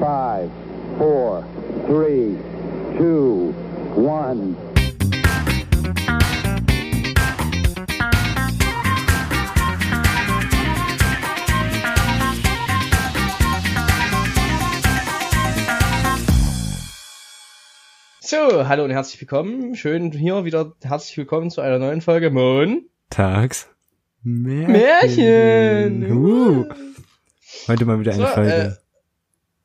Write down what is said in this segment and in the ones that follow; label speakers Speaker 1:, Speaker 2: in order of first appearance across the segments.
Speaker 1: Five, four, three, two, one.
Speaker 2: So, hallo und herzlich willkommen. Schön hier wieder herzlich willkommen zu einer neuen Folge Moon.
Speaker 3: Tags. Märchen.
Speaker 2: Märchen.
Speaker 3: Uh. Heute mal wieder
Speaker 2: So,
Speaker 3: eine Folge
Speaker 2: äh,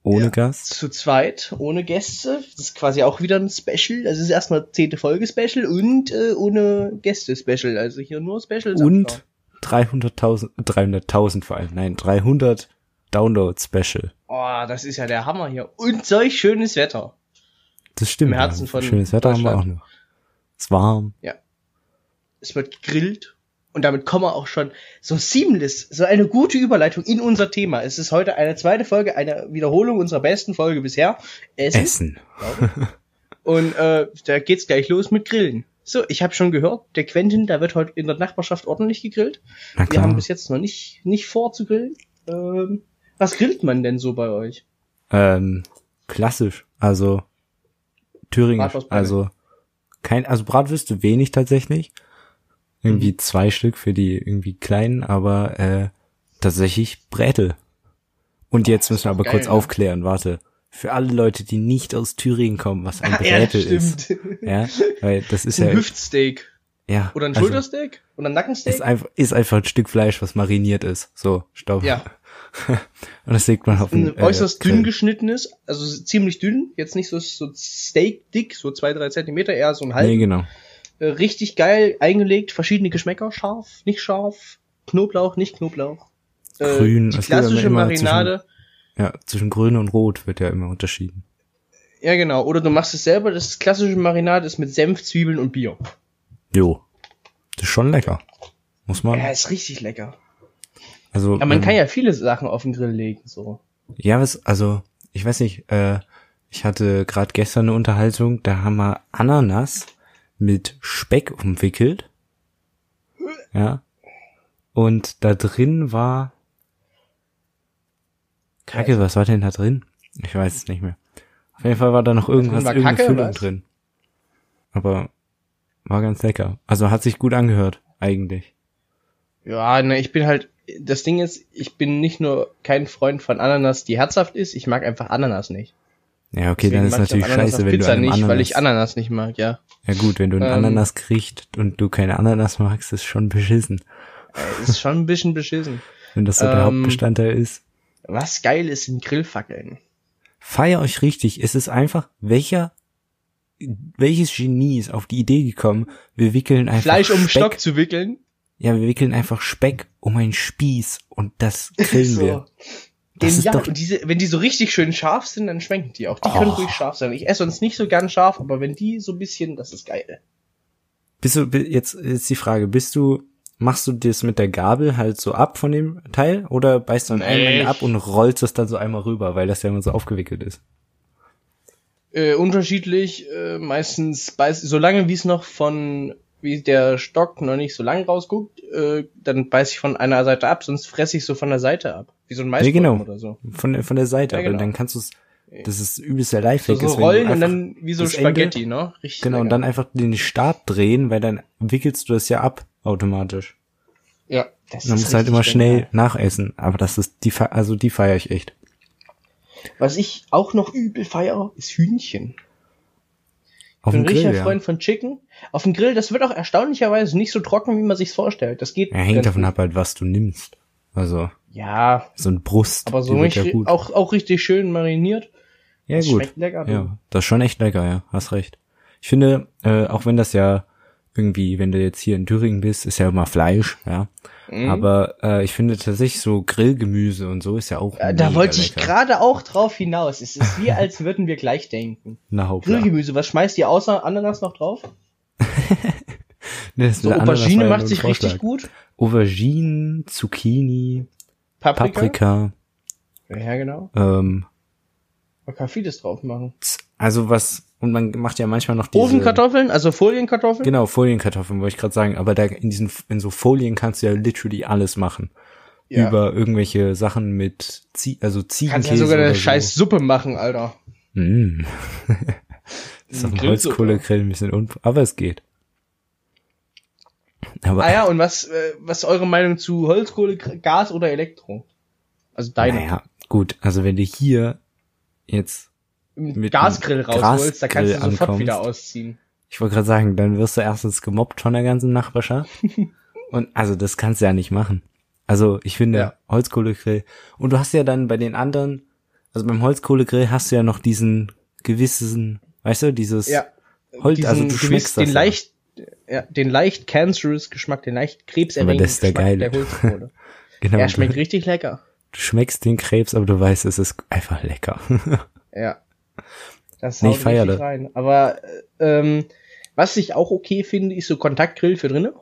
Speaker 3: ohne
Speaker 2: ja.
Speaker 3: Gast.
Speaker 2: Zu zweit, ohne Gäste. Das ist quasi auch wieder ein Special. Das ist erstmal zehnte Folge Special und äh, ohne Gäste Special. Also hier nur Special.
Speaker 3: Und 300.000, 300.000 vor allem, nein, 300 Download Special.
Speaker 2: Oh, das ist ja der Hammer hier. Und solch schönes Wetter.
Speaker 3: Das stimmt.
Speaker 2: Im Herzen
Speaker 3: ja.
Speaker 2: von
Speaker 3: Schönes Wetter haben wir auch noch. Es ist warm.
Speaker 2: Es wird gegrillt. Und damit kommen wir auch schon so seamless, so eine gute Überleitung in unser Thema. Es ist heute eine zweite Folge, eine Wiederholung unserer besten Folge bisher. Essen.
Speaker 3: Essen.
Speaker 2: Und äh, da geht's gleich los mit Grillen. So, ich habe schon gehört, der Quentin, da wird heute in der Nachbarschaft ordentlich gegrillt.
Speaker 3: Na
Speaker 2: Wir
Speaker 3: klar.
Speaker 2: haben bis jetzt noch nicht, nicht vor zu grillen. Ähm, was grillt man denn so bei euch?
Speaker 3: ähm, klassisch, also Thüringer,
Speaker 2: Bratwurstbrille.
Speaker 3: also kein, also Bratwürste wenig tatsächlich, irgendwie
Speaker 2: Mhm.
Speaker 3: zwei Stück für die irgendwie kleinen, aber äh, tatsächlich Brätel. Und jetzt müssen wir aber
Speaker 2: geil,
Speaker 3: kurz
Speaker 2: ne?
Speaker 3: aufklären, warte, für alle Leute, die nicht aus Thüringen kommen, was ein Brätel ist, ja, weil das ist
Speaker 2: Ist ein
Speaker 3: ja,
Speaker 2: Hüftsteak.
Speaker 3: ja,
Speaker 2: Oder ein
Speaker 3: also,
Speaker 2: Schultersteak? Oder ein
Speaker 3: ist
Speaker 2: Nackensteak?
Speaker 3: einfach, ist einfach ein Stück Fleisch, was mariniert ist, so Staub.
Speaker 2: Ja.
Speaker 3: Und das legt man auf den,
Speaker 2: Ein äußerst dünn
Speaker 3: Grill.
Speaker 2: geschnittenes, also ziemlich dünn, jetzt nicht so, so Steak-dick, so zwei, drei Zentimeter, eher so ein halb.
Speaker 3: Nee, genau.
Speaker 2: Äh, richtig geil eingelegt, verschiedene Geschmäcker, scharf, nicht scharf, Knoblauch, nicht Knoblauch. Äh,
Speaker 3: Grün,
Speaker 2: die
Speaker 3: es geht aber
Speaker 2: klassische
Speaker 3: immer
Speaker 2: Marinade.
Speaker 3: Ja, zwischen grün und rot wird ja immer unterschieden.
Speaker 2: Ja, genau. Oder du machst es selber. Das klassische Marinade ist mit Senf, Zwiebeln und Bier.
Speaker 3: Jo. Das ist schon lecker. Muss man.
Speaker 2: Ja, ist richtig lecker.
Speaker 3: Also,
Speaker 2: Ja, man
Speaker 3: ähm,
Speaker 2: kann ja viele Sachen auf den Grill legen, so.
Speaker 3: Ja, was, also, ich weiß nicht, äh, ich hatte gerade gestern eine Unterhaltung, da haben wir Ananas mit Speck umwickelt. Ja. Und da drin war. Kacke, was war denn da drin? Ich weiß es nicht mehr. Auf jeden Fall war da noch irgendwas,
Speaker 2: war
Speaker 3: irgendeine
Speaker 2: Kacke,
Speaker 3: Füllung
Speaker 2: was?
Speaker 3: drin. Aber war ganz lecker. Also hat sich gut angehört, eigentlich.
Speaker 2: Ja, ne, ich bin halt, das Ding ist, ich bin nicht nur kein Freund von Ananas, die herzhaft ist, ich mag einfach Ananas nicht.
Speaker 3: Ja, okay, dann
Speaker 2: Deswegen
Speaker 3: ist
Speaker 2: mag ich
Speaker 3: natürlich
Speaker 2: auch Ananas
Speaker 3: scheiße,
Speaker 2: auf
Speaker 3: wenn
Speaker 2: Pizza
Speaker 3: du an einem
Speaker 2: nicht,
Speaker 3: Ananas,
Speaker 2: weil ich Ananas nicht mag, ja.
Speaker 3: Ja gut, wenn du einen
Speaker 2: Ähm.
Speaker 3: Ananas kriegst und du keine Ananas magst, ist schon beschissen.
Speaker 2: Äh, Ist schon ein bisschen beschissen.
Speaker 3: Wenn das so der
Speaker 2: Ähm.
Speaker 3: Hauptbestandteil ist.
Speaker 2: Was geil ist, sind Grillfackeln.
Speaker 3: Feier euch richtig. Es ist einfach, welcher, welches Genie ist auf die Idee gekommen, wir wickeln einfach
Speaker 2: Fleisch um den
Speaker 3: Speck.
Speaker 2: Stock zu wickeln.
Speaker 3: Ja, wir wickeln einfach Speck um einen Spieß und das grillen
Speaker 2: so.
Speaker 3: wir. Das ist
Speaker 2: Genial.
Speaker 3: doch-
Speaker 2: und diese, wenn die so richtig schön scharf sind, dann schwenken die auch. Die können
Speaker 3: Oh.
Speaker 2: ruhig scharf sein. Ich esse sonst nicht so gern scharf, aber wenn die so ein bisschen, das ist geil.
Speaker 3: Bist du, bi- jetzt ist die Frage, bist du, machst du das mit der Gabel halt so ab von dem Teil oder beißt du an einem
Speaker 2: Nee,
Speaker 3: Ende ab
Speaker 2: ich-
Speaker 3: und rollst es dann so einmal rüber, weil das ja immer so aufgewickelt ist?
Speaker 2: Äh, unterschiedlich, äh, meistens beißt, solange wie es noch von, wie der Stock noch nicht so lang rausguckt, äh, dann beiß ich von einer Seite ab, sonst fresse ich so von der Seite ab. Wie so ein Maiskolben
Speaker 3: genau.
Speaker 2: oder so.
Speaker 3: Von, der- von der Seite,
Speaker 2: Ja,
Speaker 3: aber
Speaker 2: genau.
Speaker 3: dann kannst du es, das ist übelst der Lifehack.
Speaker 2: Also So,
Speaker 3: ist,
Speaker 2: so
Speaker 3: wenn du
Speaker 2: rollen und
Speaker 3: einfach-
Speaker 2: dann wie so
Speaker 3: das Ende-
Speaker 2: Spaghetti, ne? Richtig.
Speaker 3: Genau, und
Speaker 2: lecker.
Speaker 3: dann einfach den Stab drehen, weil dann wickelst du das ja ab automatisch.
Speaker 2: Ja, das
Speaker 3: Und dann
Speaker 2: ist
Speaker 3: musst du halt
Speaker 2: richtig
Speaker 3: immer schnell
Speaker 2: genial.
Speaker 3: nachessen. Aber das ist, die, fe- also die feiere ich echt.
Speaker 2: Was ich auch noch übel feiere, ist Hühnchen.
Speaker 3: Auf
Speaker 2: Ich
Speaker 3: dem
Speaker 2: bin richtiger
Speaker 3: Grill, ja.
Speaker 2: Freund von Chicken. Auf dem Grill, das wird auch erstaunlicherweise nicht so trocken, wie man sich's vorstellt. Das geht.
Speaker 3: ja. Hängt
Speaker 2: ganz
Speaker 3: davon
Speaker 2: gut.
Speaker 3: ab halt, was du nimmst. Also,
Speaker 2: Ja,
Speaker 3: so ein Brust.
Speaker 2: aber so
Speaker 3: die wird
Speaker 2: richtig,
Speaker 3: ja gut.
Speaker 2: auch auch richtig schön mariniert.
Speaker 3: ja,
Speaker 2: das
Speaker 3: gut.
Speaker 2: schmeckt lecker.
Speaker 3: Ja, das ist schon echt lecker, ja. Hast recht. Ich finde, äh, auch wenn das ja irgendwie, wenn du jetzt hier in Thüringen bist, ist ja immer Fleisch, ja.
Speaker 2: Mhm.
Speaker 3: Aber äh, ich finde tatsächlich so Grillgemüse und so ist ja auch.
Speaker 2: Äh, Da
Speaker 3: mega
Speaker 2: wollte ich
Speaker 3: lecker.
Speaker 2: gerade auch drauf hinaus. Es ist wie, als würden wir gleich denken.
Speaker 3: Na, hoppla.
Speaker 2: Grillgemüse, was schmeißt ihr außer Ananas noch drauf?
Speaker 3: Ne, das
Speaker 2: So
Speaker 3: mit Ananas war
Speaker 2: Aubergine
Speaker 3: ja nur
Speaker 2: macht
Speaker 3: ein
Speaker 2: sich richtig
Speaker 3: Vorschlag.
Speaker 2: gut.
Speaker 3: Aubergine, Zucchini,
Speaker 2: Paprika.
Speaker 3: Paprika,
Speaker 2: Ja, genau.
Speaker 3: ähm,
Speaker 2: Man kann vieles drauf machen.
Speaker 3: z- also was, und man macht ja manchmal noch diese...
Speaker 2: Ofenkartoffeln, also Folienkartoffeln.
Speaker 3: Genau, Folienkartoffeln wollte ich gerade sagen, aber da in diesen, in so Folien kannst du ja literally alles machen.
Speaker 2: Ja.
Speaker 3: über irgendwelche Sachen mit Zie also
Speaker 2: Kannst
Speaker 3: Ziegenkäse
Speaker 2: ja sogar eine
Speaker 3: oder so.
Speaker 2: scheiß Suppe machen, Alter.
Speaker 3: Mm. ist auf dem
Speaker 2: Grillsuppe.
Speaker 3: Holzkohlegrill ein bisschen un... Aber es geht. Aber
Speaker 2: Ah ja, und was, äh, was ist eure Meinung zu Holzkohle, Gr- Gas oder Elektro? Also deine.
Speaker 3: naja, gut. Also wenn du hier jetzt...
Speaker 2: Mit
Speaker 3: mit
Speaker 2: Gasgrill
Speaker 3: einem
Speaker 2: rausholst, da kannst du
Speaker 3: Gasgrill
Speaker 2: sofort
Speaker 3: ankommst.
Speaker 2: wieder ausziehen.
Speaker 3: Ich wollte gerade sagen, dann wirst du erstens gemobbt von der ganzen Nachbarschaft. Und also das kannst du ja nicht machen. Also ich finde
Speaker 2: Ja.
Speaker 3: Holzkohlegrill. Und du hast ja dann bei den anderen, also beim Holzkohlegrill hast du ja noch diesen gewissen, weißt du, dieses
Speaker 2: Ja.
Speaker 3: Holz, also du schmeckst das
Speaker 2: den
Speaker 3: ja.
Speaker 2: leicht, ja, den leicht cancerous Geschmack, den leicht
Speaker 3: Aber
Speaker 2: krebserregenden
Speaker 3: das ist der
Speaker 2: Geschmack
Speaker 3: geile.
Speaker 2: der Holzkohle.
Speaker 3: genau,
Speaker 2: Er
Speaker 3: du-
Speaker 2: schmeckt richtig lecker.
Speaker 3: du schmeckst den Krebs, aber du weißt, es ist einfach lecker.
Speaker 2: Ja. Das
Speaker 3: Nee,
Speaker 2: haut
Speaker 3: ich feier
Speaker 2: richtig
Speaker 3: das.
Speaker 2: rein. Aber äh, ähm, was ich auch okay finde, ist so Kontaktgrill für drinnen.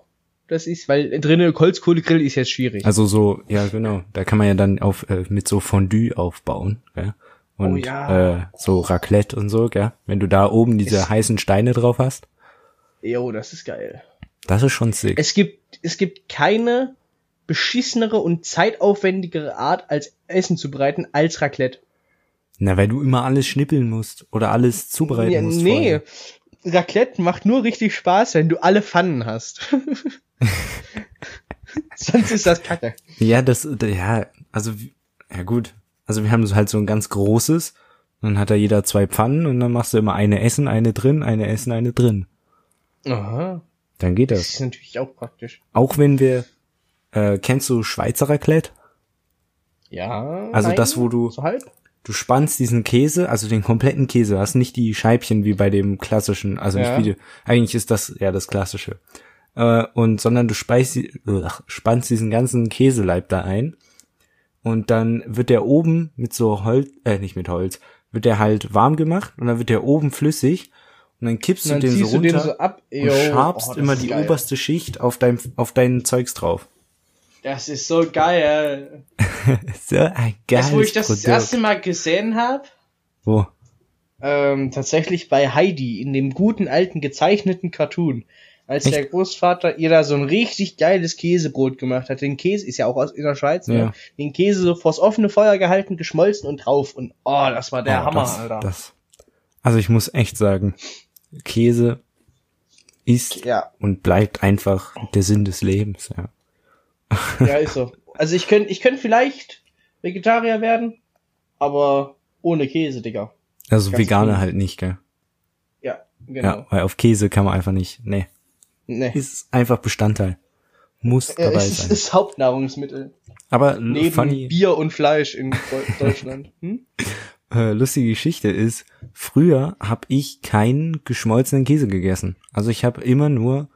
Speaker 2: Das ist, weil drinnen Holzkohlegrill ist jetzt schwierig.
Speaker 3: also so, ja genau, da kann man ja dann auf äh, mit so Fondue aufbauen, ja? Und
Speaker 2: Oh ja.
Speaker 3: äh, so Raclette und so, ja? Wenn du da oben diese
Speaker 2: Ist-
Speaker 3: heißen Steine drauf hast,
Speaker 2: Jo, das ist geil.
Speaker 3: das ist schon sick.
Speaker 2: Es gibt, es gibt keine beschissenere und zeitaufwendigere Art, als Essen zu bereiten, als Raclette.
Speaker 3: Na, weil du immer alles schnippeln musst oder alles zubereiten
Speaker 2: Ja,
Speaker 3: musst.
Speaker 2: nee,
Speaker 3: vorher.
Speaker 2: Raclette macht nur richtig Spaß, wenn du alle Pfannen hast. Sonst ist das kacke.
Speaker 3: Ja, das, ja, also, wie- ja gut. Also wir haben so halt so ein ganz großes, dann hat da jeder zwei Pfannen und dann machst du immer eine Essen, eine drin, eine Essen, eine drin.
Speaker 2: Aha.
Speaker 3: Dann geht
Speaker 2: Das
Speaker 3: das.
Speaker 2: ist natürlich auch praktisch.
Speaker 3: Auch wenn wir, äh, kennst du Schweizer Raclette?
Speaker 2: Ja.
Speaker 3: Also das, wo du-
Speaker 2: So halb?
Speaker 3: Du spannst diesen Käse, also den kompletten Käse, hast nicht die Scheibchen wie bei dem klassischen, also
Speaker 2: Ja.
Speaker 3: nicht wie, die- eigentlich ist das ja das klassische. Äh, und sondern du speist, die- ach, spannst diesen ganzen Käseleib da ein und dann wird der oben mit so Holz, äh nicht mit Holz, wird der halt warm gemacht und dann wird der oben flüssig und dann kippst
Speaker 2: Und dann
Speaker 3: du den so
Speaker 2: ziehst du
Speaker 3: runter
Speaker 2: den so ab.
Speaker 3: und schabst
Speaker 2: oh, das
Speaker 3: immer
Speaker 2: ist
Speaker 3: die
Speaker 2: geil.
Speaker 3: oberste Schicht auf dein auf dein Zeugs drauf.
Speaker 2: Das ist so geil.
Speaker 3: So ein geiles
Speaker 2: Das, wo ich das das
Speaker 3: Produkt.
Speaker 2: erste Mal gesehen habe,
Speaker 3: Wo?
Speaker 2: ähm, tatsächlich bei Heidi, in dem guten alten gezeichneten Cartoon. Als
Speaker 3: Echt?
Speaker 2: der Großvater ihr da so ein richtig geiles Käsebrot gemacht hat. Den Käse ist ja auch aus in der Schweiz, ne?
Speaker 3: Ja.
Speaker 2: Den Käse so vors offene Feuer gehalten, geschmolzen und drauf. Und oh, das war der
Speaker 3: Oh,
Speaker 2: Hammer,
Speaker 3: das,
Speaker 2: Alter.
Speaker 3: Das. Also ich muss echt sagen, Käse ist
Speaker 2: Ja,
Speaker 3: und bleibt einfach der Sinn des Lebens. Ja.
Speaker 2: ja, ist so. Also ich könnte ich könnt vielleicht Vegetarier werden, aber ohne Käse, Digga.
Speaker 3: Also
Speaker 2: Ganz
Speaker 3: Veganer
Speaker 2: cool.
Speaker 3: halt nicht, gell?
Speaker 2: Ja, genau.
Speaker 3: Ja, weil auf Käse kann man einfach nicht. Nee,
Speaker 2: Nee.
Speaker 3: ist einfach Bestandteil. Muss
Speaker 2: Ja,
Speaker 3: dabei
Speaker 2: es ist,
Speaker 3: sein.
Speaker 2: ist Hauptnahrungsmittel.
Speaker 3: Aber
Speaker 2: Neben
Speaker 3: funny,
Speaker 2: Bier und Fleisch in Deu- Deutschland. Hm?
Speaker 3: äh, lustige Geschichte ist, früher habe ich keinen geschmolzenen Käse gegessen. Also ich habe immer nur,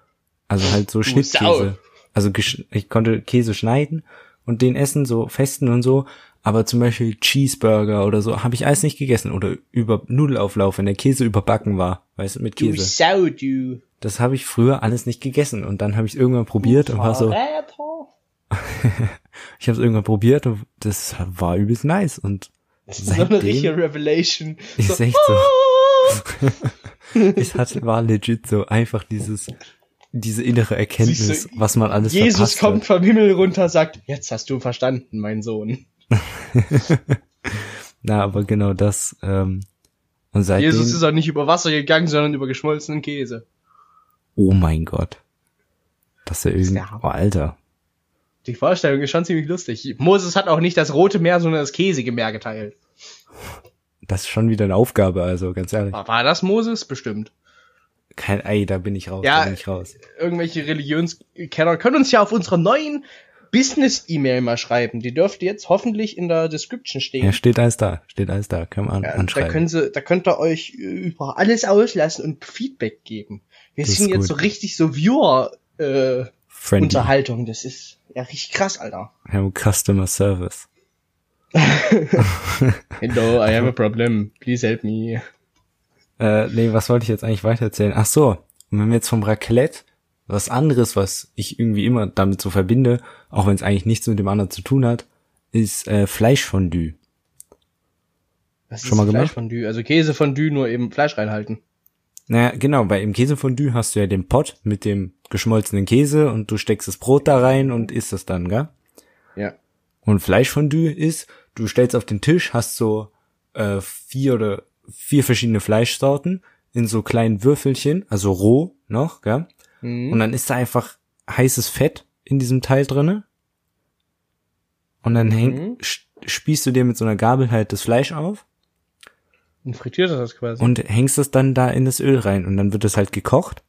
Speaker 3: also halt so
Speaker 2: Sau.
Speaker 3: Schnittkäse. Also gesch- ich konnte Käse schneiden und den essen, so festen und so. Aber zum Beispiel Cheeseburger oder so habe ich alles nicht gegessen. Oder über Nudelauflauf, wenn der Käse überbacken war, weißt du, mit
Speaker 2: Du
Speaker 3: Käse.
Speaker 2: Sau, du.
Speaker 3: Das habe ich früher alles nicht gegessen. Und dann habe ich irgendwann probiert und war so,
Speaker 2: Verräter.
Speaker 3: ich habe es irgendwann probiert und das war übelst nice. Und
Speaker 2: Das ist so eine
Speaker 3: seitdem-
Speaker 2: richtige Revelation.
Speaker 3: Ist
Speaker 2: so, "Ah!"
Speaker 3: echt
Speaker 2: so.
Speaker 3: es hat, war legit so einfach dieses, diese innere Erkenntnis,
Speaker 2: Siehst du,
Speaker 3: was man alles
Speaker 2: Jesus
Speaker 3: verpasst
Speaker 2: kommt
Speaker 3: Hat.
Speaker 2: vom Himmel runter, sagt, jetzt hast du verstanden, mein Sohn.
Speaker 3: Na, aber genau das. Ähm, und seitdem,
Speaker 2: Jesus ist auch nicht über Wasser gegangen, sondern über geschmolzenen Käse.
Speaker 3: oh mein Gott, dass er irgendwie,
Speaker 2: der Hammer.
Speaker 3: oh, Alter,
Speaker 2: Die Vorstellung ist schon ziemlich lustig. Moses hat auch nicht das Rote Meer, sondern das Käsige Meer geteilt.
Speaker 3: das ist schon wieder eine Aufgabe. Also ganz ehrlich,
Speaker 2: War war das Moses? Bestimmt.
Speaker 3: kein, ey, da bin ich raus,
Speaker 2: Ja.
Speaker 3: da bin ich raus.
Speaker 2: irgendwelche Religionskenner können uns ja auf unserer neuen Business-E-Mail mal schreiben. Die dürfte jetzt hoffentlich in der Description stehen.
Speaker 3: Ja, steht alles da, steht alles da, können wir an,
Speaker 2: Ja, da,
Speaker 3: anschreiben.
Speaker 2: können sie, da könnt ihr euch äh, über alles auslassen und Feedback geben. Wir
Speaker 3: Das ist
Speaker 2: sind
Speaker 3: gut.
Speaker 2: jetzt so richtig so Viewer-Unterhaltung.
Speaker 3: Friendly,
Speaker 2: das ist ja richtig krass, Alter.
Speaker 3: have Customer Service.
Speaker 2: Hello, I have a problem. Please help me.
Speaker 3: Äh, nee, was wollte ich jetzt eigentlich weitererzählen? Ach so, und wenn wir jetzt vom Raclette was anderes, was ich irgendwie immer damit so verbinde, auch wenn es eigentlich nichts mit dem anderen zu tun hat, ist äh, Fleischfondue.
Speaker 2: Was
Speaker 3: Schon mal gemacht?
Speaker 2: Fleischfondue? Also Käsefondue, nur eben Fleisch reinhalten.
Speaker 3: Naja, genau, bei im Käsefondue hast du ja den Pott mit dem geschmolzenen Käse und du steckst das Brot da rein und isst das dann, gell?
Speaker 2: Ja.
Speaker 3: Und Fleischfondue ist, du stellst auf den Tisch, hast so äh, vier oder vier verschiedene Fleischsorten in so kleinen Würfelchen, also roh noch, gell?
Speaker 2: Mhm.
Speaker 3: Und dann ist da einfach heißes Fett in diesem Teil drinne. Und dann
Speaker 2: Mhm.
Speaker 3: häng, sch- spießt du dir mit so einer Gabel halt das Fleisch auf
Speaker 2: Und frittiert das quasi.
Speaker 3: und hängst es dann da in das Öl rein und dann wird das halt gekocht.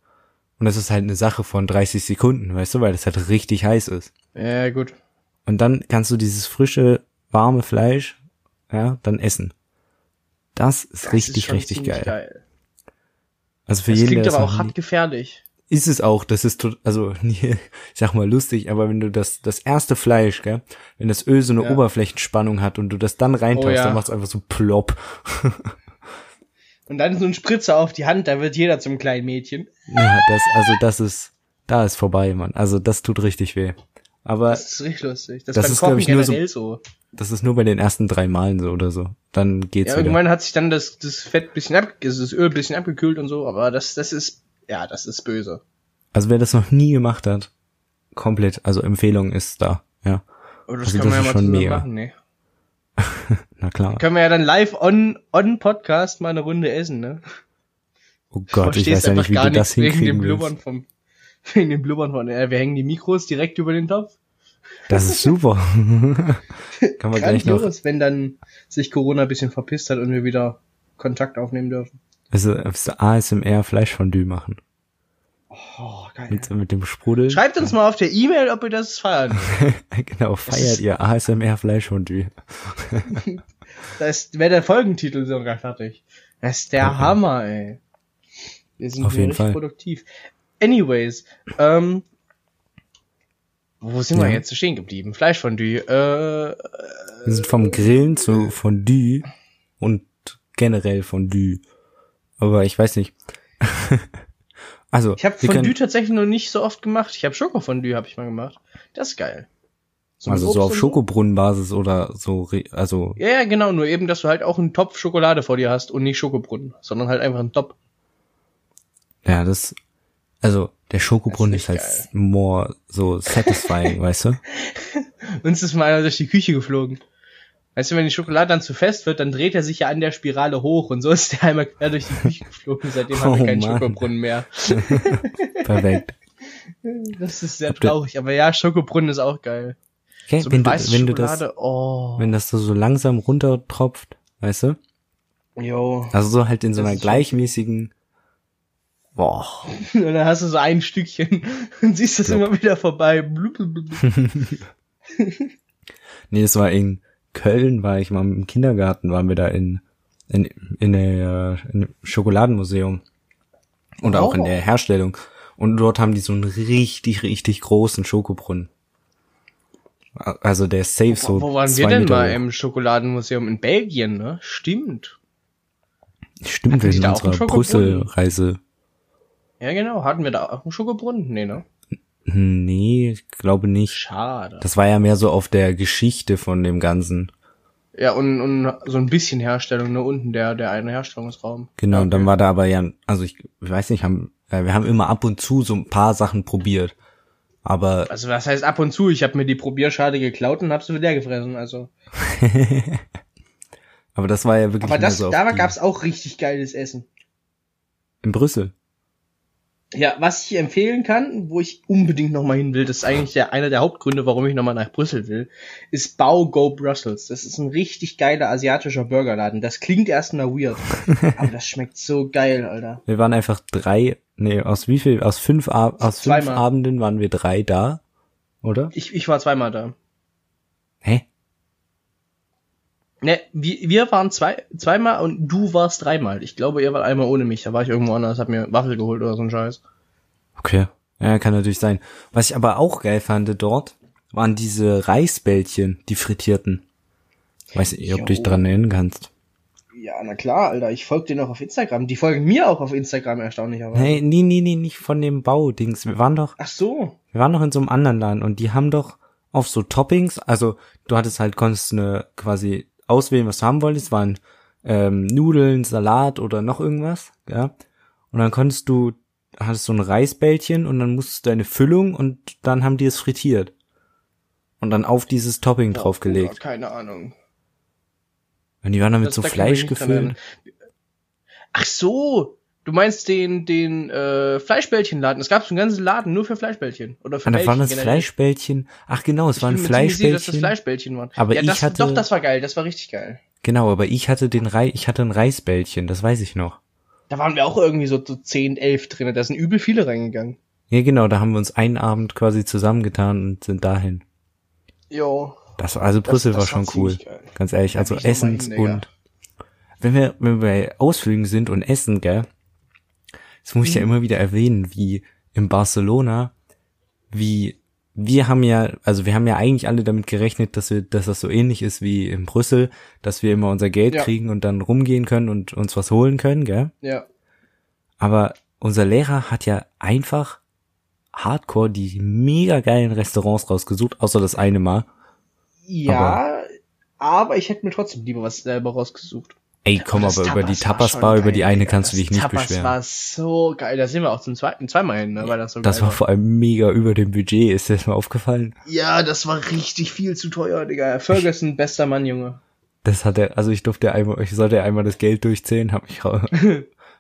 Speaker 3: Und das ist halt eine Sache von 30 Sekunden, weißt du, weil das halt richtig heiß ist.
Speaker 2: ja, gut.
Speaker 3: Und dann kannst du dieses frische, warme Fleisch, ja, dann essen. Das ist
Speaker 2: Das ist
Speaker 3: richtig,
Speaker 2: schon
Speaker 3: richtig
Speaker 2: ziemlich
Speaker 3: geil. Also für
Speaker 2: Das
Speaker 3: jeden,
Speaker 2: klingt
Speaker 3: der das
Speaker 2: aber
Speaker 3: noch
Speaker 2: auch
Speaker 3: nie-
Speaker 2: hart gefährlich.
Speaker 3: ist es auch, das ist, tot- also, nee, ich sag mal lustig, aber wenn du das, das erste Fleisch, gell, wenn das Öl so eine
Speaker 2: Ja.
Speaker 3: Oberflächenspannung hat und du das dann reintauchst,
Speaker 2: Oh ja.
Speaker 3: dann macht's einfach so plopp.
Speaker 2: Und dann so ein Spritzer auf die Hand, da wird jeder zum kleinen Mädchen.
Speaker 3: Ja, das, also das ist, da ist vorbei, Mann. Also das tut richtig weh. Aber
Speaker 2: Das ist richtig lustig. Das,
Speaker 3: Das
Speaker 2: beim
Speaker 3: ist,
Speaker 2: Kochen
Speaker 3: glaub ich, nur so-
Speaker 2: generell so.
Speaker 3: das ist nur bei den ersten drei Malen so oder so. Dann geht's
Speaker 2: Ja,
Speaker 3: wieder.
Speaker 2: irgendwann hat sich dann das, das Fett bisschen ab, also das Öl bisschen abgekühlt und so, aber das, das ist, ja, das ist böse.
Speaker 3: Also wer das noch nie gemacht hat, komplett, also Empfehlung ist da, ja.
Speaker 2: Aber das
Speaker 3: Also
Speaker 2: können wir
Speaker 3: das ist
Speaker 2: ja mal
Speaker 3: schon
Speaker 2: zusammen
Speaker 3: mega.
Speaker 2: machen, ne?
Speaker 3: Na klar.
Speaker 2: Können wir ja dann live on, on Podcast mal eine Runde essen, ne?
Speaker 3: Oh Gott, ich
Speaker 2: Verstehst
Speaker 3: weiß ja nicht, wie
Speaker 2: einfach
Speaker 3: du
Speaker 2: gar
Speaker 3: das
Speaker 2: nichts wegen dem
Speaker 3: hinkriegen
Speaker 2: Blubbern
Speaker 3: willst.
Speaker 2: vom, wegen dem Blubbern von, äh, wir hängen die Mikros direkt über den Topf.
Speaker 3: Das ist super. Kann man gleich noch
Speaker 2: Grandios, wenn dann sich Corona ein bisschen verpisst hat und wir wieder Kontakt aufnehmen dürfen.
Speaker 3: Also aufs ASMR Fleischfondue machen.
Speaker 2: Oh, geil.
Speaker 3: Mit, mit dem Sprudel.
Speaker 2: Schreibt uns mal auf der E-Mail, ob ihr das feiern.
Speaker 3: genau,
Speaker 2: ist-
Speaker 3: feiert ihr ASMR Fleischfondue.
Speaker 2: Da ist, wäre der Folgentitel sogar fertig. Das ist der
Speaker 3: Okay.
Speaker 2: Hammer, ey. Wir sind
Speaker 3: Auf
Speaker 2: hier
Speaker 3: jeden
Speaker 2: richtig
Speaker 3: Fall.
Speaker 2: produktiv. Anyways, ähm, wo sind wir
Speaker 3: Ja.
Speaker 2: jetzt stehen geblieben? Fleischfondue, äh,
Speaker 3: Wir sind vom Grillen zu Fondue und generell Fondue. Aber ich weiß nicht. also,
Speaker 2: ich habe
Speaker 3: wir
Speaker 2: Fondue
Speaker 3: können-
Speaker 2: tatsächlich noch nicht so oft gemacht. Ich habe Schokofondue habe ich mal gemacht. Das ist geil. mit
Speaker 3: also
Speaker 2: Obst
Speaker 3: so auf
Speaker 2: und
Speaker 3: Schokobrunnenbasis oder so, re- also
Speaker 2: Ja, ja, genau, nur eben, dass du halt auch einen Topf Schokolade vor dir hast und nicht Schokobrunnen, sondern halt einfach einen Topf.
Speaker 3: ja, das also der Schokobrunnen
Speaker 2: Das ist
Speaker 3: ist halt
Speaker 2: echt
Speaker 3: more so satisfying, weißt du?
Speaker 2: Uns ist mal einer durch die Küche geflogen. Weißt du, wenn die Schokolade dann zu fest wird, dann dreht er sich ja an der Spirale hoch und so ist der einmal quer durch die Küche geflogen. Seitdem haben wir
Speaker 3: Oh,
Speaker 2: keinen
Speaker 3: Mann.
Speaker 2: Schokobrunnen mehr.
Speaker 3: Perfekt.
Speaker 2: Das ist sehr
Speaker 3: Ob du-
Speaker 2: traurig, aber ja, Schokobrunnen ist auch geil.
Speaker 3: Okay,
Speaker 2: So
Speaker 3: wenn,
Speaker 2: mit
Speaker 3: du,
Speaker 2: weißer
Speaker 3: wenn du das
Speaker 2: Schokolade, oh.
Speaker 3: wenn das so, so langsam runtertropft, weißt du?
Speaker 2: Jo.
Speaker 3: Also so halt in so
Speaker 2: Das
Speaker 3: einer
Speaker 2: ist schon-
Speaker 3: gleichmäßigen. Boah.
Speaker 2: Und dann hast du so ein Stückchen und siehst das
Speaker 3: Blub.
Speaker 2: immer wieder vorbei. Blub, blub, blub.
Speaker 3: Nee, das war in Köln, war ich mal im Kindergarten, waren wir da in in in der in dem Schokoladenmuseum und auch in
Speaker 2: Oh.
Speaker 3: der Herstellung. Und dort haben die so einen richtig richtig großen Schokobrunnen. A- Also der ist safe so
Speaker 2: Wo, wo waren
Speaker 3: zwei
Speaker 2: wir denn
Speaker 3: Meter
Speaker 2: mal
Speaker 3: hoch.
Speaker 2: im Schokoladenmuseum in Belgien, ne? Stimmt.
Speaker 3: Stimmt,
Speaker 2: Hatten
Speaker 3: wir
Speaker 2: die
Speaker 3: sind
Speaker 2: da auch einen
Speaker 3: unserer
Speaker 2: Schokobrunnen?
Speaker 3: Brüssel-Reise.
Speaker 2: Ja, genau. Hatten wir da auch einen Schokobrunnen? Nee, ne?
Speaker 3: Hm, Nee, ich glaube nicht.
Speaker 2: Schade.
Speaker 3: Das war ja mehr so auf der Geschichte von dem Ganzen.
Speaker 2: Ja, und, und so ein bisschen Herstellung, ne? Unten der, der eine Herstellungsraum.
Speaker 3: Genau,
Speaker 2: Ja,
Speaker 3: und dann
Speaker 2: okay.
Speaker 3: war da aber ja, also ich, ich weiß nicht, haben, äh, wir haben immer ab und zu so ein paar Sachen probiert. Aber
Speaker 2: Also, was heißt ab und zu? Ich habe mir die Probierschale geklaut und hab sie wieder gefressen, also.
Speaker 3: Aber das war ja wirklich
Speaker 2: Aber das,
Speaker 3: so auf
Speaker 2: da
Speaker 3: die-
Speaker 2: gab's auch richtig geiles Essen.
Speaker 3: in Brüssel.
Speaker 2: Ja, was ich empfehlen kann, wo ich unbedingt nochmal hin will, das ist eigentlich der, einer der Hauptgründe, warum ich nochmal nach Brüssel will, ist Bao Go Brussels. Das ist ein richtig geiler asiatischer Burgerladen. Das klingt erstmal weird, aber das schmeckt so geil, Alter.
Speaker 3: Wir waren einfach drei, nee, aus wie viel, aus fünf, Ab- aus fünf
Speaker 2: Zweimal.
Speaker 3: Abenden waren wir drei da, oder?
Speaker 2: Ich, ich war zweimal da.
Speaker 3: Hä?
Speaker 2: Ne, wir, wir waren zwei, zweimal und du warst dreimal. Ich glaube, ihr wart einmal ohne mich. Da war ich irgendwo anders, hab mir Waffel geholt oder so ein Scheiß.
Speaker 3: Okay. Ja, kann natürlich sein. Was ich aber auch geil fand dort, waren diese Reisbällchen, die frittierten. Weiß nicht, ob du dich
Speaker 2: Jo.
Speaker 3: dran erinnern kannst.
Speaker 2: Ja, na klar, Alter. Ich folge dir auch auf Instagram. Die folgen mir auch auf Instagram erstaunlicherweise.
Speaker 3: Nee, nee, nee, nee, nicht von dem Baudings. Wir waren doch,
Speaker 2: Ach so.
Speaker 3: wir waren doch in so einem anderen Laden und die haben doch auf so Toppings, also du hattest halt, konntest eine quasi auswählen, was du haben wolltest, waren ähm, Nudeln, Salat oder noch irgendwas, ja. Und dann konntest du, hattest so ein Reisbällchen und dann musstest du deine Füllung und dann haben die es frittiert. und dann auf dieses Topping
Speaker 2: Boah,
Speaker 3: draufgelegt.
Speaker 2: Bruder, Oh keine Ahnung.
Speaker 3: Und die waren dann mit
Speaker 2: Das-
Speaker 3: so
Speaker 2: da kann ich
Speaker 3: Fleisch
Speaker 2: mich dran
Speaker 3: gefüllt.
Speaker 2: erinnern. Ach so, du meinst den den äh, Fleischbällchenladen. Es gab so einen ganzen Laden nur für Fleischbällchen oder für
Speaker 3: Und Ah, da waren
Speaker 2: Bällchen
Speaker 3: das
Speaker 2: generell.
Speaker 3: Fleischbällchen. Ach genau, es
Speaker 2: Ich
Speaker 3: waren
Speaker 2: bin mir ziemlich sicher, dass das
Speaker 3: Fleischbällchen.
Speaker 2: Fleischbällchen waren.
Speaker 3: Aber
Speaker 2: ja,
Speaker 3: ich
Speaker 2: das,
Speaker 3: hatte-
Speaker 2: doch, das war geil, das war richtig geil.
Speaker 3: Genau, aber ich hatte den Rei ich hatte ein Reisbällchen, das weiß ich noch.
Speaker 2: Da waren wir auch irgendwie so, so 10, 11 drin. Da sind übel viele reingegangen.
Speaker 3: Ja, genau, da haben wir uns einen Abend quasi zusammengetan und sind dahin.
Speaker 2: Jo.
Speaker 3: Das war, also
Speaker 2: Das-
Speaker 3: Brüssel
Speaker 2: das
Speaker 3: war
Speaker 2: war
Speaker 3: schon cool.
Speaker 2: ziemlich geil.
Speaker 3: Ganz ehrlich,
Speaker 2: Da
Speaker 3: also
Speaker 2: will ich noch mal
Speaker 3: Essens
Speaker 2: hin, Digga.
Speaker 3: und wenn wir wenn wir bei Ausflügen sind und Essen, gell? Das muss ich
Speaker 2: Mhm.
Speaker 3: ja immer wieder erwähnen, wie in Barcelona, wie wir haben ja, also wir haben ja eigentlich alle damit gerechnet, dass wir, dass das so ähnlich ist wie in Brüssel, dass wir immer unser Geld
Speaker 2: Ja.
Speaker 3: kriegen und dann rumgehen können und uns was holen können, gell?
Speaker 2: Ja.
Speaker 3: Aber unser Lehrer hat ja einfach hardcore die mega geilen Restaurants rausgesucht, außer das eine Mal.
Speaker 2: Ja, aber ich hätte mir trotzdem lieber was selber rausgesucht.
Speaker 3: Ey, komm,
Speaker 2: das
Speaker 3: aber über die
Speaker 2: Tapas war
Speaker 3: Tapas
Speaker 2: schon
Speaker 3: Bar, über
Speaker 2: geil,
Speaker 3: die eine
Speaker 2: Digga.
Speaker 3: kannst du
Speaker 2: Das
Speaker 3: dich nicht
Speaker 2: Tapas
Speaker 3: beschweren.
Speaker 2: war so geil. Da sind wir auch zum zweiten, zweimal hin, ne? weil das so
Speaker 3: Das
Speaker 2: geil
Speaker 3: war vor allem mega über dem Budget, ist dir das mal aufgefallen?
Speaker 2: Ja, das war richtig viel zu teuer, Digga. Ferguson, bester Mann, Junge.
Speaker 3: Das hat er, also ich durfte einmal, ich sollte einmal das Geld durchzählen, habe mich ra-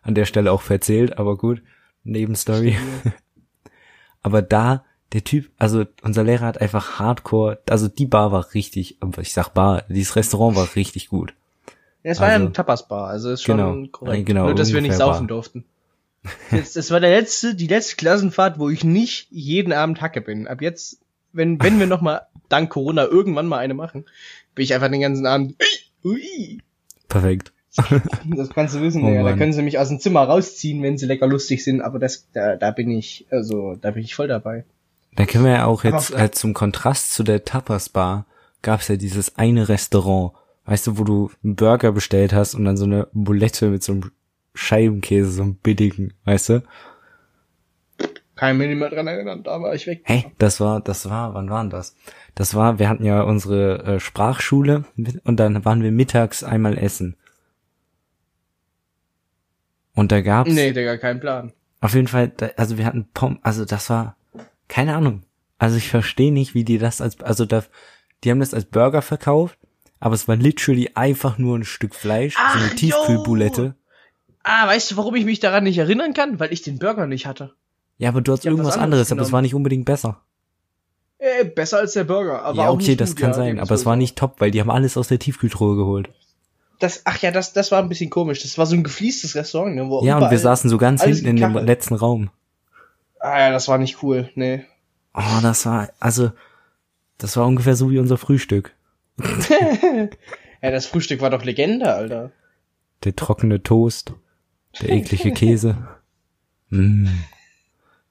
Speaker 3: an der Stelle auch verzählt, aber gut, Nebenstory. Aber da, der Typ, also unser Lehrer hat einfach hardcore, also die Bar war richtig, aber ich sag Bar, dieses Restaurant war richtig gut.
Speaker 2: Ja, es war ja
Speaker 3: Also-
Speaker 2: eine Tapas-Bar, also ist schon
Speaker 3: Genau.
Speaker 2: korrekt.
Speaker 3: Ja, genau,
Speaker 2: Nur, dass wir nicht
Speaker 3: ungefähr
Speaker 2: saufen
Speaker 3: Bar.
Speaker 2: durften. Jetzt, das war der letzte, die letzte Klassenfahrt, wo ich nicht jeden Abend Hacke bin. Ab jetzt, wenn, wenn wir nochmal dank Corona irgendwann mal eine machen, bin ich einfach den ganzen Abend. Ui,
Speaker 3: Perfekt.
Speaker 2: ui. Das kannst du wissen,
Speaker 3: Oh
Speaker 2: Digga. Da
Speaker 3: Mann.
Speaker 2: können sie mich aus dem Zimmer rausziehen, wenn sie lecker lustig sind, aber das, da, da bin ich, also, da bin ich voll dabei.
Speaker 3: Da können wir ja auch
Speaker 2: Aber
Speaker 3: jetzt
Speaker 2: auf-
Speaker 3: als zum Kontrast zu der Tapas Bar gab's ja dieses eine Restaurant, weißt du, wo du einen Burger bestellt hast und dann so eine Bulette mit so einem Scheibenkäse, so einem billigen, weißt du?
Speaker 2: Kein mich nicht mehr dran erinnern, da war ich weg.
Speaker 3: Hey, das war, das war, wann waren das? Das war, wir hatten ja unsere äh, Sprachschule mit, und dann waren wir mittags einmal essen. Und da gab's
Speaker 2: Nee, Digga, kein Plan.
Speaker 3: auf jeden Fall, da, also wir hatten Pom, also das war, keine Ahnung. Also ich verstehe nicht, wie die das als, also da, die haben das als Burger verkauft, aber es war literally einfach nur ein Stück Fleisch, so
Speaker 2: Ach,
Speaker 3: eine Tiefkühlboulette.
Speaker 2: Ah, weißt du, warum ich mich daran nicht erinnern kann? Weil ich den Burger nicht hatte.
Speaker 3: Ja, aber du hast
Speaker 2: Ich hab was
Speaker 3: irgendwas
Speaker 2: anderes
Speaker 3: anderes, aber es
Speaker 2: genommen.
Speaker 3: war nicht unbedingt besser.
Speaker 2: Äh, besser als der Burger, aber
Speaker 3: ja,
Speaker 2: auch
Speaker 3: okay,
Speaker 2: nicht
Speaker 3: das
Speaker 2: gut,
Speaker 3: kann
Speaker 2: ja,
Speaker 3: sein,
Speaker 2: gebe ich
Speaker 3: aber es
Speaker 2: zu.
Speaker 3: war nicht top, weil die haben alles aus der Tiefkühltruhe geholt.
Speaker 2: Das, ach ja, das, das war ein bisschen komisch. Das war so ein gefliestes Restaurant, ne, wo
Speaker 3: Ja, und
Speaker 2: überall-
Speaker 3: wir saßen so ganz
Speaker 2: alles
Speaker 3: hinten in dem
Speaker 2: Gekachel.
Speaker 3: letzten Raum.
Speaker 2: Ah ja, das war nicht cool, ne. nee.
Speaker 3: Oh, das war, also, das war ungefähr so wie unser Frühstück.
Speaker 2: Ja, das Frühstück war doch Legende, Alter.
Speaker 3: Der trockene Toast, der eklige Käse. Mm.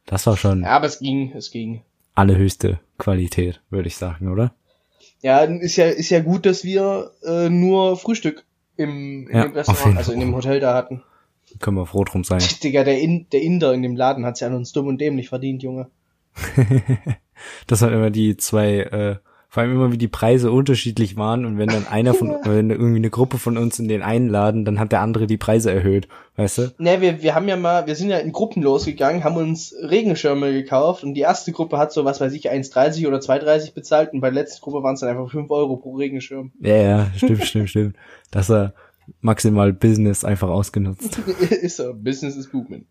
Speaker 3: Das war schon
Speaker 2: Ja, aber es ging, es ging.
Speaker 3: allerhöchste Qualität, würde ich sagen, oder?
Speaker 2: Ja, ist ja, ist ja gut, dass wir äh, nur Frühstück im, in
Speaker 3: Ja,
Speaker 2: dem
Speaker 3: auf jeden
Speaker 2: Restaurant, also in dem
Speaker 3: Fall.
Speaker 2: Hotel da hatten.
Speaker 3: Können wir froh drum sein.
Speaker 2: Digga, der, in, der Inder in dem Laden hat's ja an uns dumm und dämlich verdient, Junge.
Speaker 3: Das waren immer die zwei, äh, vor allem immer wie die Preise unterschiedlich waren und wenn dann einer von, wenn irgendwie eine Gruppe von uns in den einen laden, dann hat der andere die Preise erhöht, weißt du?
Speaker 2: Ne, wir, wir haben ja mal, wir sind ja in Gruppen losgegangen, haben uns Regenschirme gekauft und die erste Gruppe hat so, was weiß ich, 1,30 oder 2,30 bezahlt und bei der letzten Gruppe waren es dann einfach 5 Euro pro Regenschirm.
Speaker 3: Ja, ja, stimmt, stimmt, stimmt. Das war maximal Business einfach ausgenutzt.
Speaker 2: ist so, Business is Booming.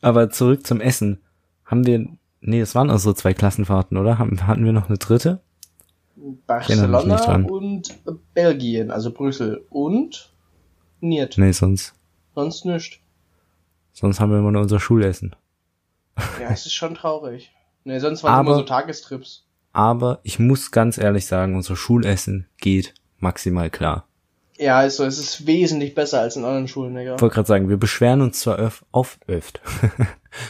Speaker 3: Aber zurück zum Essen. Haben wir, nee, das waren unsere zwei Klassenfahrten, oder? Haben, hatten wir noch eine dritte? erinnere mich nicht
Speaker 2: Barcelona
Speaker 3: dran.
Speaker 2: und Belgien, also Brüssel und Niert.
Speaker 3: Nee, sonst,
Speaker 2: Sonst nichts.
Speaker 3: sonst haben wir immer nur unser Schulessen.
Speaker 2: Ja, es ist schon traurig. Ne, sonst waren es
Speaker 3: Aber-
Speaker 2: immer so Tagestrips.
Speaker 3: Aber ich muss ganz ehrlich sagen, unser Schulessen geht maximal klar.
Speaker 2: Ja, also es ist wesentlich besser als in anderen Schulen, Digga.
Speaker 3: Ich wollte gerade sagen, wir beschweren uns zwar öf, oft, öft. wir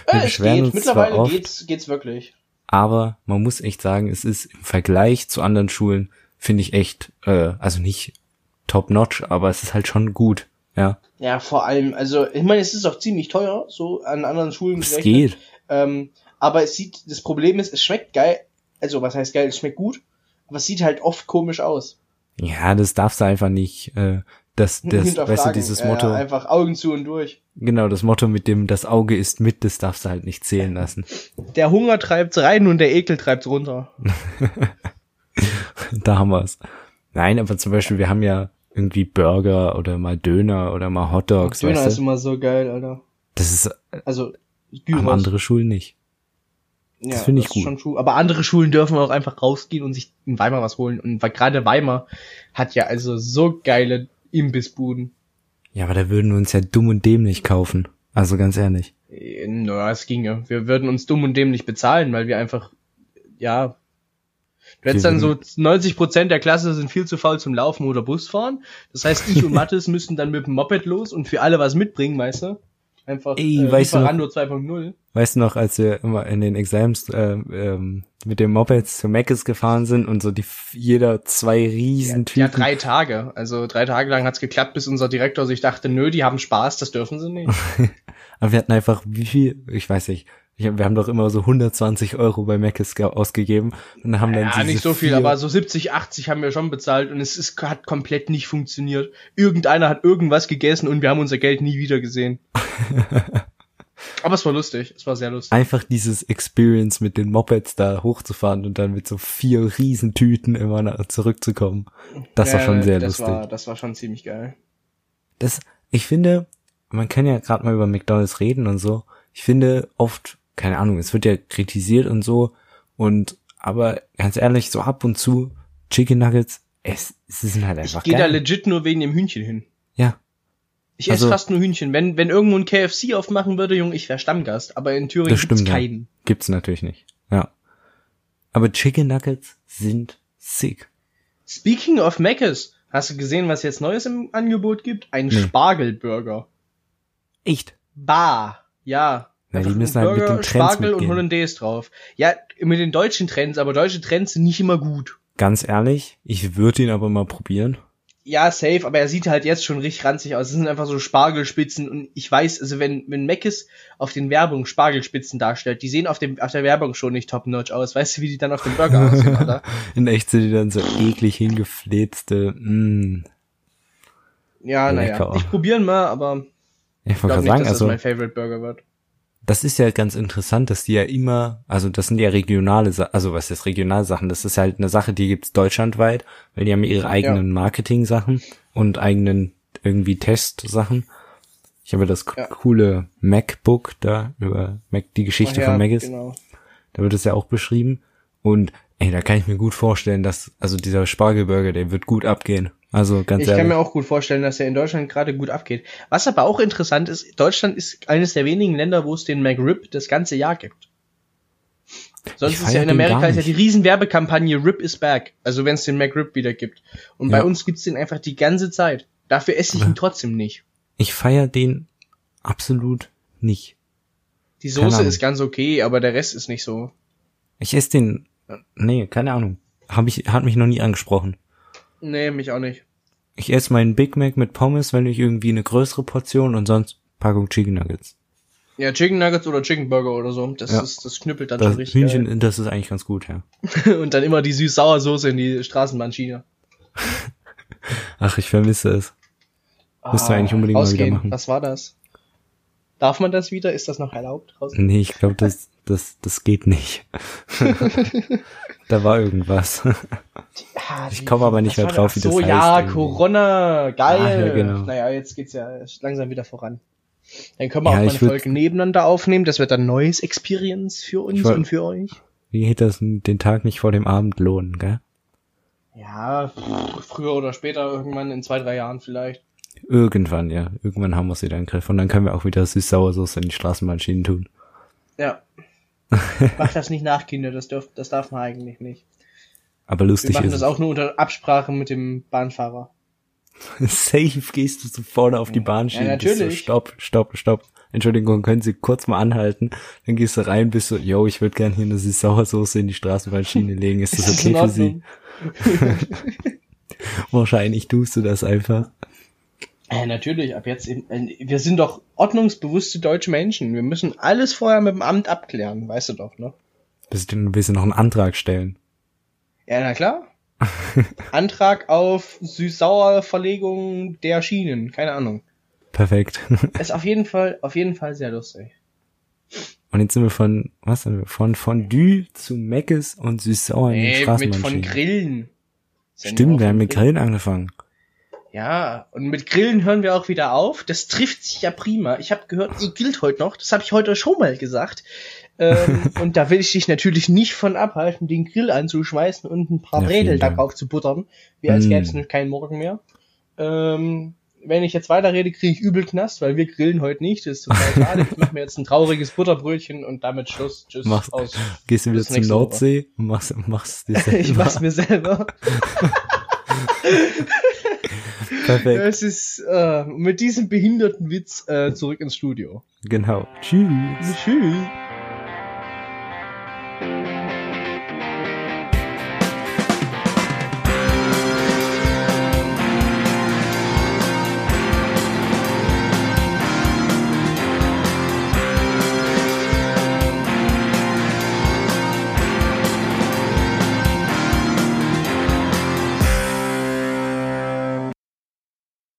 Speaker 2: Äh, es
Speaker 3: beschweren
Speaker 2: geht,
Speaker 3: uns zwar
Speaker 2: mittlerweile
Speaker 3: oft,
Speaker 2: geht's, geht's wirklich.
Speaker 3: aber man muss echt sagen, es ist im Vergleich zu anderen Schulen, finde ich echt, äh, also nicht top notch, aber es ist halt schon gut, ja.
Speaker 2: Ja, vor allem, also ich meine, es ist auch ziemlich teuer, so an anderen Schulen
Speaker 3: Es
Speaker 2: gerechnet.
Speaker 3: geht.
Speaker 2: Ähm, aber es sieht, das Problem ist, es schmeckt geil. Also was heißt geil? Es schmeckt gut, aber es sieht halt oft komisch aus.
Speaker 3: Ja, das darfst du einfach nicht, äh, Das, das,
Speaker 2: Hinterfragen.
Speaker 3: weißt du, dieses
Speaker 2: Ja,
Speaker 3: Motto,
Speaker 2: Ja, einfach Augen zu und durch.
Speaker 3: genau, das Motto mit dem, das Auge ist mit, das darfst du halt nicht zählen lassen.
Speaker 2: Der Hunger treibt's rein und der Ekel treibt's runter.
Speaker 3: da haben wir's. Nein, aber zum Beispiel, wir haben ja irgendwie Burger oder mal Döner oder mal Hotdogs,
Speaker 2: Döner ist
Speaker 3: weißt du?
Speaker 2: immer so geil, Alter.
Speaker 3: Das ist,
Speaker 2: Also,
Speaker 3: haben
Speaker 2: Gyros.
Speaker 3: andere Schulen nicht.
Speaker 2: Ja,
Speaker 3: Das finde ich
Speaker 2: ist
Speaker 3: gut.
Speaker 2: schon true. Aber andere Schulen dürfen auch einfach rausgehen und sich in Weimar was holen. Und weil gerade Weimar hat ja also so geile Imbissbuden.
Speaker 3: Ja, aber da würden wir uns ja dumm und dämlich kaufen. Also ganz ehrlich.
Speaker 2: Äh, Naja, es ginge. Wir würden uns dumm und dämlich bezahlen, weil wir einfach, ja. Du hättest
Speaker 3: Wir
Speaker 2: dann so 90% der Klasse sind viel zu faul zum Laufen oder Busfahren. Das heißt, ich und Mathis müssen dann mit dem Moped los und für alle was mitbringen, weißt du? Einfach äh,
Speaker 3: Ey, weißt du noch-
Speaker 2: Lieferando 2.0.
Speaker 3: Weißt du noch, als wir immer in den Exams äh, ähm, mit dem Mopeds zu Meckes gefahren sind und so die jeder zwei riesen
Speaker 2: Ja,
Speaker 3: Typen.
Speaker 2: drei Tage. Also drei Tage lang hat's geklappt, bis unser Direktor sich dachte, nö, die haben Spaß, das dürfen sie nicht.
Speaker 3: aber wir hatten einfach wie viel, ich weiß nicht, ich, hab- wir haben doch immer so 120 Euro bei Meckes ge- ausgegeben und haben dann
Speaker 2: Ja,
Speaker 3: diese
Speaker 2: nicht so viel,
Speaker 3: vier-
Speaker 2: aber so 70, 80 haben wir schon bezahlt und es ist, hat komplett nicht funktioniert. Irgendeiner hat irgendwas gegessen und wir haben unser Geld nie wieder gesehen. aber es war lustig, es war sehr lustig.
Speaker 3: einfach dieses Experience mit den Mopeds da hochzufahren und dann mit so vier riesen Tüten immer nach, zurückzukommen. Das war
Speaker 2: Ja,
Speaker 3: schon sehr
Speaker 2: das
Speaker 3: lustig.
Speaker 2: War, das war schon ziemlich geil.
Speaker 3: das, ich finde, man kann ja gerade mal über McDonalds reden und so. Ich finde oft, keine Ahnung, es wird ja kritisiert und so. Und, aber ganz ehrlich, so ab und zu Chicken Nuggets, es, es sind halt
Speaker 2: Ich
Speaker 3: einfach
Speaker 2: gehe da
Speaker 3: geil.
Speaker 2: legit nur wegen dem Hühnchen hin.
Speaker 3: ja,
Speaker 2: Ich
Speaker 3: Also-
Speaker 2: esse fast nur Hühnchen. Wenn, wenn irgendwo ein KFC aufmachen würde, Junge, ich wäre Stammgast. Aber in Thüringen
Speaker 3: das
Speaker 2: gibt's
Speaker 3: stimmt. Ja.
Speaker 2: keinen.
Speaker 3: Gibt's natürlich nicht. Ja. Aber Chicken Nuggets sind sick.
Speaker 2: Speaking of Mc's, hast du gesehen, was jetzt Neues im Angebot gibt? Ein
Speaker 3: Nee.
Speaker 2: Spargelburger.
Speaker 3: Echt.
Speaker 2: Bar. Ja.
Speaker 3: Na, die
Speaker 2: Einfach
Speaker 3: müssen halt mit
Speaker 2: Burger,
Speaker 3: den Trends
Speaker 2: Spargel und
Speaker 3: mitgehen.
Speaker 2: Hollandaise drauf. Ja, mit den deutschen Trends, aber deutsche Trends sind nicht immer gut.
Speaker 3: Ganz ehrlich, ich würde ihn aber mal probieren.
Speaker 2: Ja, safe, aber er sieht halt jetzt schon richtig ranzig aus. Es sind einfach so Spargelspitzen und ich weiß, also wenn, wenn Meckes auf den Werbung Spargelspitzen darstellt, die sehen auf, dem, auf der Werbung schon nicht top-notch aus. Weißt du, wie die dann auf dem Burger aussehen, Alter?
Speaker 3: In echt sind die dann so eklig hingefletzte, mm.
Speaker 2: Ja, naja.
Speaker 3: Lecker.
Speaker 2: Ich probieren mal, aber
Speaker 3: Ich
Speaker 2: ich
Speaker 3: wollte
Speaker 2: glaube
Speaker 3: gerade
Speaker 2: nicht,
Speaker 3: sagen,
Speaker 2: dass
Speaker 3: also.
Speaker 2: das mein Favorite Burger wird.
Speaker 3: das ist ja ganz interessant, dass die ja immer, also das sind ja regionale, Sa- also was ist regionale Sachen? Das ist halt eine Sache, die gibt's deutschlandweit, weil die haben ihre eigenen Marketing-Sachen und eigenen irgendwie Test-Sachen. Ich habe das
Speaker 2: Ja.
Speaker 3: coole MacBook da über Mac, die Geschichte
Speaker 2: Ach ja,
Speaker 3: von Mac ist.
Speaker 2: Genau.
Speaker 3: Da wird es ja auch beschrieben. Und ey, da kann ich mir gut vorstellen, dass also dieser Spargelburger, der wird gut abgehen. Also ganz
Speaker 2: Ich
Speaker 3: ehrlich.
Speaker 2: kann mir auch gut vorstellen, dass er in Deutschland gerade gut abgeht. Was aber auch interessant ist, Deutschland ist eines der wenigen Länder, wo es den McRib das ganze Jahr gibt.
Speaker 3: Ich
Speaker 2: Sonst ist
Speaker 3: feier
Speaker 2: ja in
Speaker 3: den
Speaker 2: Amerika
Speaker 3: gar
Speaker 2: ist ja die
Speaker 3: nicht.
Speaker 2: riesen Werbekampagne Rip is back. Also wenn es den McRib wieder gibt. Und
Speaker 3: Ja.
Speaker 2: bei uns gibt's den einfach die ganze Zeit. Dafür esse ich ihn trotzdem nicht.
Speaker 3: ich feier den absolut nicht.
Speaker 2: Die
Speaker 3: Keine
Speaker 2: Soße
Speaker 3: Ahnung.
Speaker 2: ist ganz okay, aber der Rest ist nicht so.
Speaker 3: Ich esse den. Nee, keine Ahnung. Hab ich, hat mich noch nie angesprochen.
Speaker 2: Nee, mich auch nicht.
Speaker 3: Ich esse meinen Big Mac mit Pommes, wenn ich irgendwie eine größere Portion und sonst Packung Chicken Nuggets.
Speaker 2: Ja, Chicken Nuggets oder Chicken Burger oder so. Das
Speaker 3: Ja.
Speaker 2: ist, das knüppelt dann
Speaker 3: Das
Speaker 2: schon richtig.
Speaker 3: Hühnchen, das ist eigentlich ganz gut, ja.
Speaker 2: Geil. Und dann immer die süß-sauer-Soße in die Straßenbahnschiene.
Speaker 3: Ach, ich vermisse es. Müssen wir eigentlich unbedingt mal wieder machen.
Speaker 2: Ah, Was war das? Darf man das wieder? Ist das noch erlaubt? Rausgehen?
Speaker 3: Nee, ich glaube, das, das, das geht nicht. da war irgendwas.
Speaker 2: Ah,
Speaker 3: Ich
Speaker 2: die-
Speaker 3: komme aber nicht
Speaker 2: was
Speaker 3: mehr
Speaker 2: war
Speaker 3: drauf, wie
Speaker 2: das?
Speaker 3: das
Speaker 2: so,
Speaker 3: heißt
Speaker 2: ja,
Speaker 3: irgendwie.
Speaker 2: Corona,
Speaker 3: Ah,
Speaker 2: geil.
Speaker 3: ja, genau.
Speaker 2: Naja, jetzt geht's ja langsam wieder voran. Dann können wir
Speaker 3: Ja,
Speaker 2: auch mal eine
Speaker 3: ich würd-
Speaker 2: Folge nebeneinander aufnehmen. Das wird dann neues Experience für uns
Speaker 3: Ich wollt-
Speaker 2: und für euch.
Speaker 3: Wie geht das denn, den Tag nicht vor dem Abend lohnen, gell?
Speaker 2: Ja, pff, früher oder später, irgendwann in zwei, drei Jahren vielleicht.
Speaker 3: Irgendwann, ja. Irgendwann haben wir sie dann im Griff. Und dann können wir auch wieder Süß-Sauersoße in die Straßenbahnschienen tun.
Speaker 2: Ja. Macht das nicht nach, Kinder. Das, dürft, das darf man eigentlich nicht.
Speaker 3: Aber
Speaker 2: Wir
Speaker 3: lustig
Speaker 2: machen
Speaker 3: ist
Speaker 2: das
Speaker 3: es.
Speaker 2: auch nur unter Absprache mit dem Bahnfahrer.
Speaker 3: Safe gehst du so vorne auf die Bahnschiene.
Speaker 2: Ja,
Speaker 3: bist
Speaker 2: natürlich.
Speaker 3: So, stopp, stopp, stopp. Entschuldigung, können Sie kurz mal anhalten? Dann gehst du rein, bist so, yo, ich würde gern hier eine Sauersoße in die Straßenbahnschiene legen. Ist das okay für Sie? Wahrscheinlich tust du das einfach.
Speaker 2: Äh, natürlich, ab jetzt, eben, äh, wir sind doch ordnungsbewusste deutsche Menschen. Wir müssen alles vorher mit dem Amt abklären, weißt du doch, ne?
Speaker 3: Bist du willst du noch einen Antrag stellen?
Speaker 2: Ja, na klar. Antrag auf süß-sauer Verlegung der Schienen. Keine Ahnung.
Speaker 3: Perfekt.
Speaker 2: Ist auf jeden Fall, auf jeden Fall sehr lustig.
Speaker 3: Und jetzt sind wir von, was sind wir? Von Fondue zu Meckes und süß-sauer in den
Speaker 2: Nee, Äh, mit von
Speaker 3: Straßenbahnschienen.
Speaker 2: Grillen. Sendung
Speaker 3: Stimmt, wir
Speaker 2: auf
Speaker 3: haben
Speaker 2: den
Speaker 3: mit Grillen angefangen.
Speaker 2: Ja, und mit Grillen hören wir auch wieder auf. Das trifft sich ja prima. Ich habe gehört, ihr gilt heute noch. Das habe ich heute schon mal gesagt. Ähm, und da will ich dich natürlich nicht von abhalten, den Grill anzuschmeißen und ein paar
Speaker 3: Ja, vielen
Speaker 2: Bredel
Speaker 3: Dank.
Speaker 2: darauf zu buttern. Wie als
Speaker 3: Mm.
Speaker 2: gäbe es keinen Morgen mehr. Ähm, wenn ich jetzt weiterrede, kriege ich übel Knast, weil wir grillen heute nicht. Das ist total schade. Ich mache mir jetzt ein trauriges Butterbrötchen und damit Schluss. Tschüss.
Speaker 3: Mach's-
Speaker 2: Aus.
Speaker 3: Gehst du wieder
Speaker 2: Bis
Speaker 3: zum
Speaker 2: nächste Woche.
Speaker 3: Nordsee und machst, machst dir
Speaker 2: Ich
Speaker 3: selber.
Speaker 2: mach's mir selber.
Speaker 3: Perfekt.
Speaker 2: Es ist äh, mit diesem behinderten Witz äh, zurück ins Studio.
Speaker 3: Genau. Tschüss.
Speaker 2: Tschüss.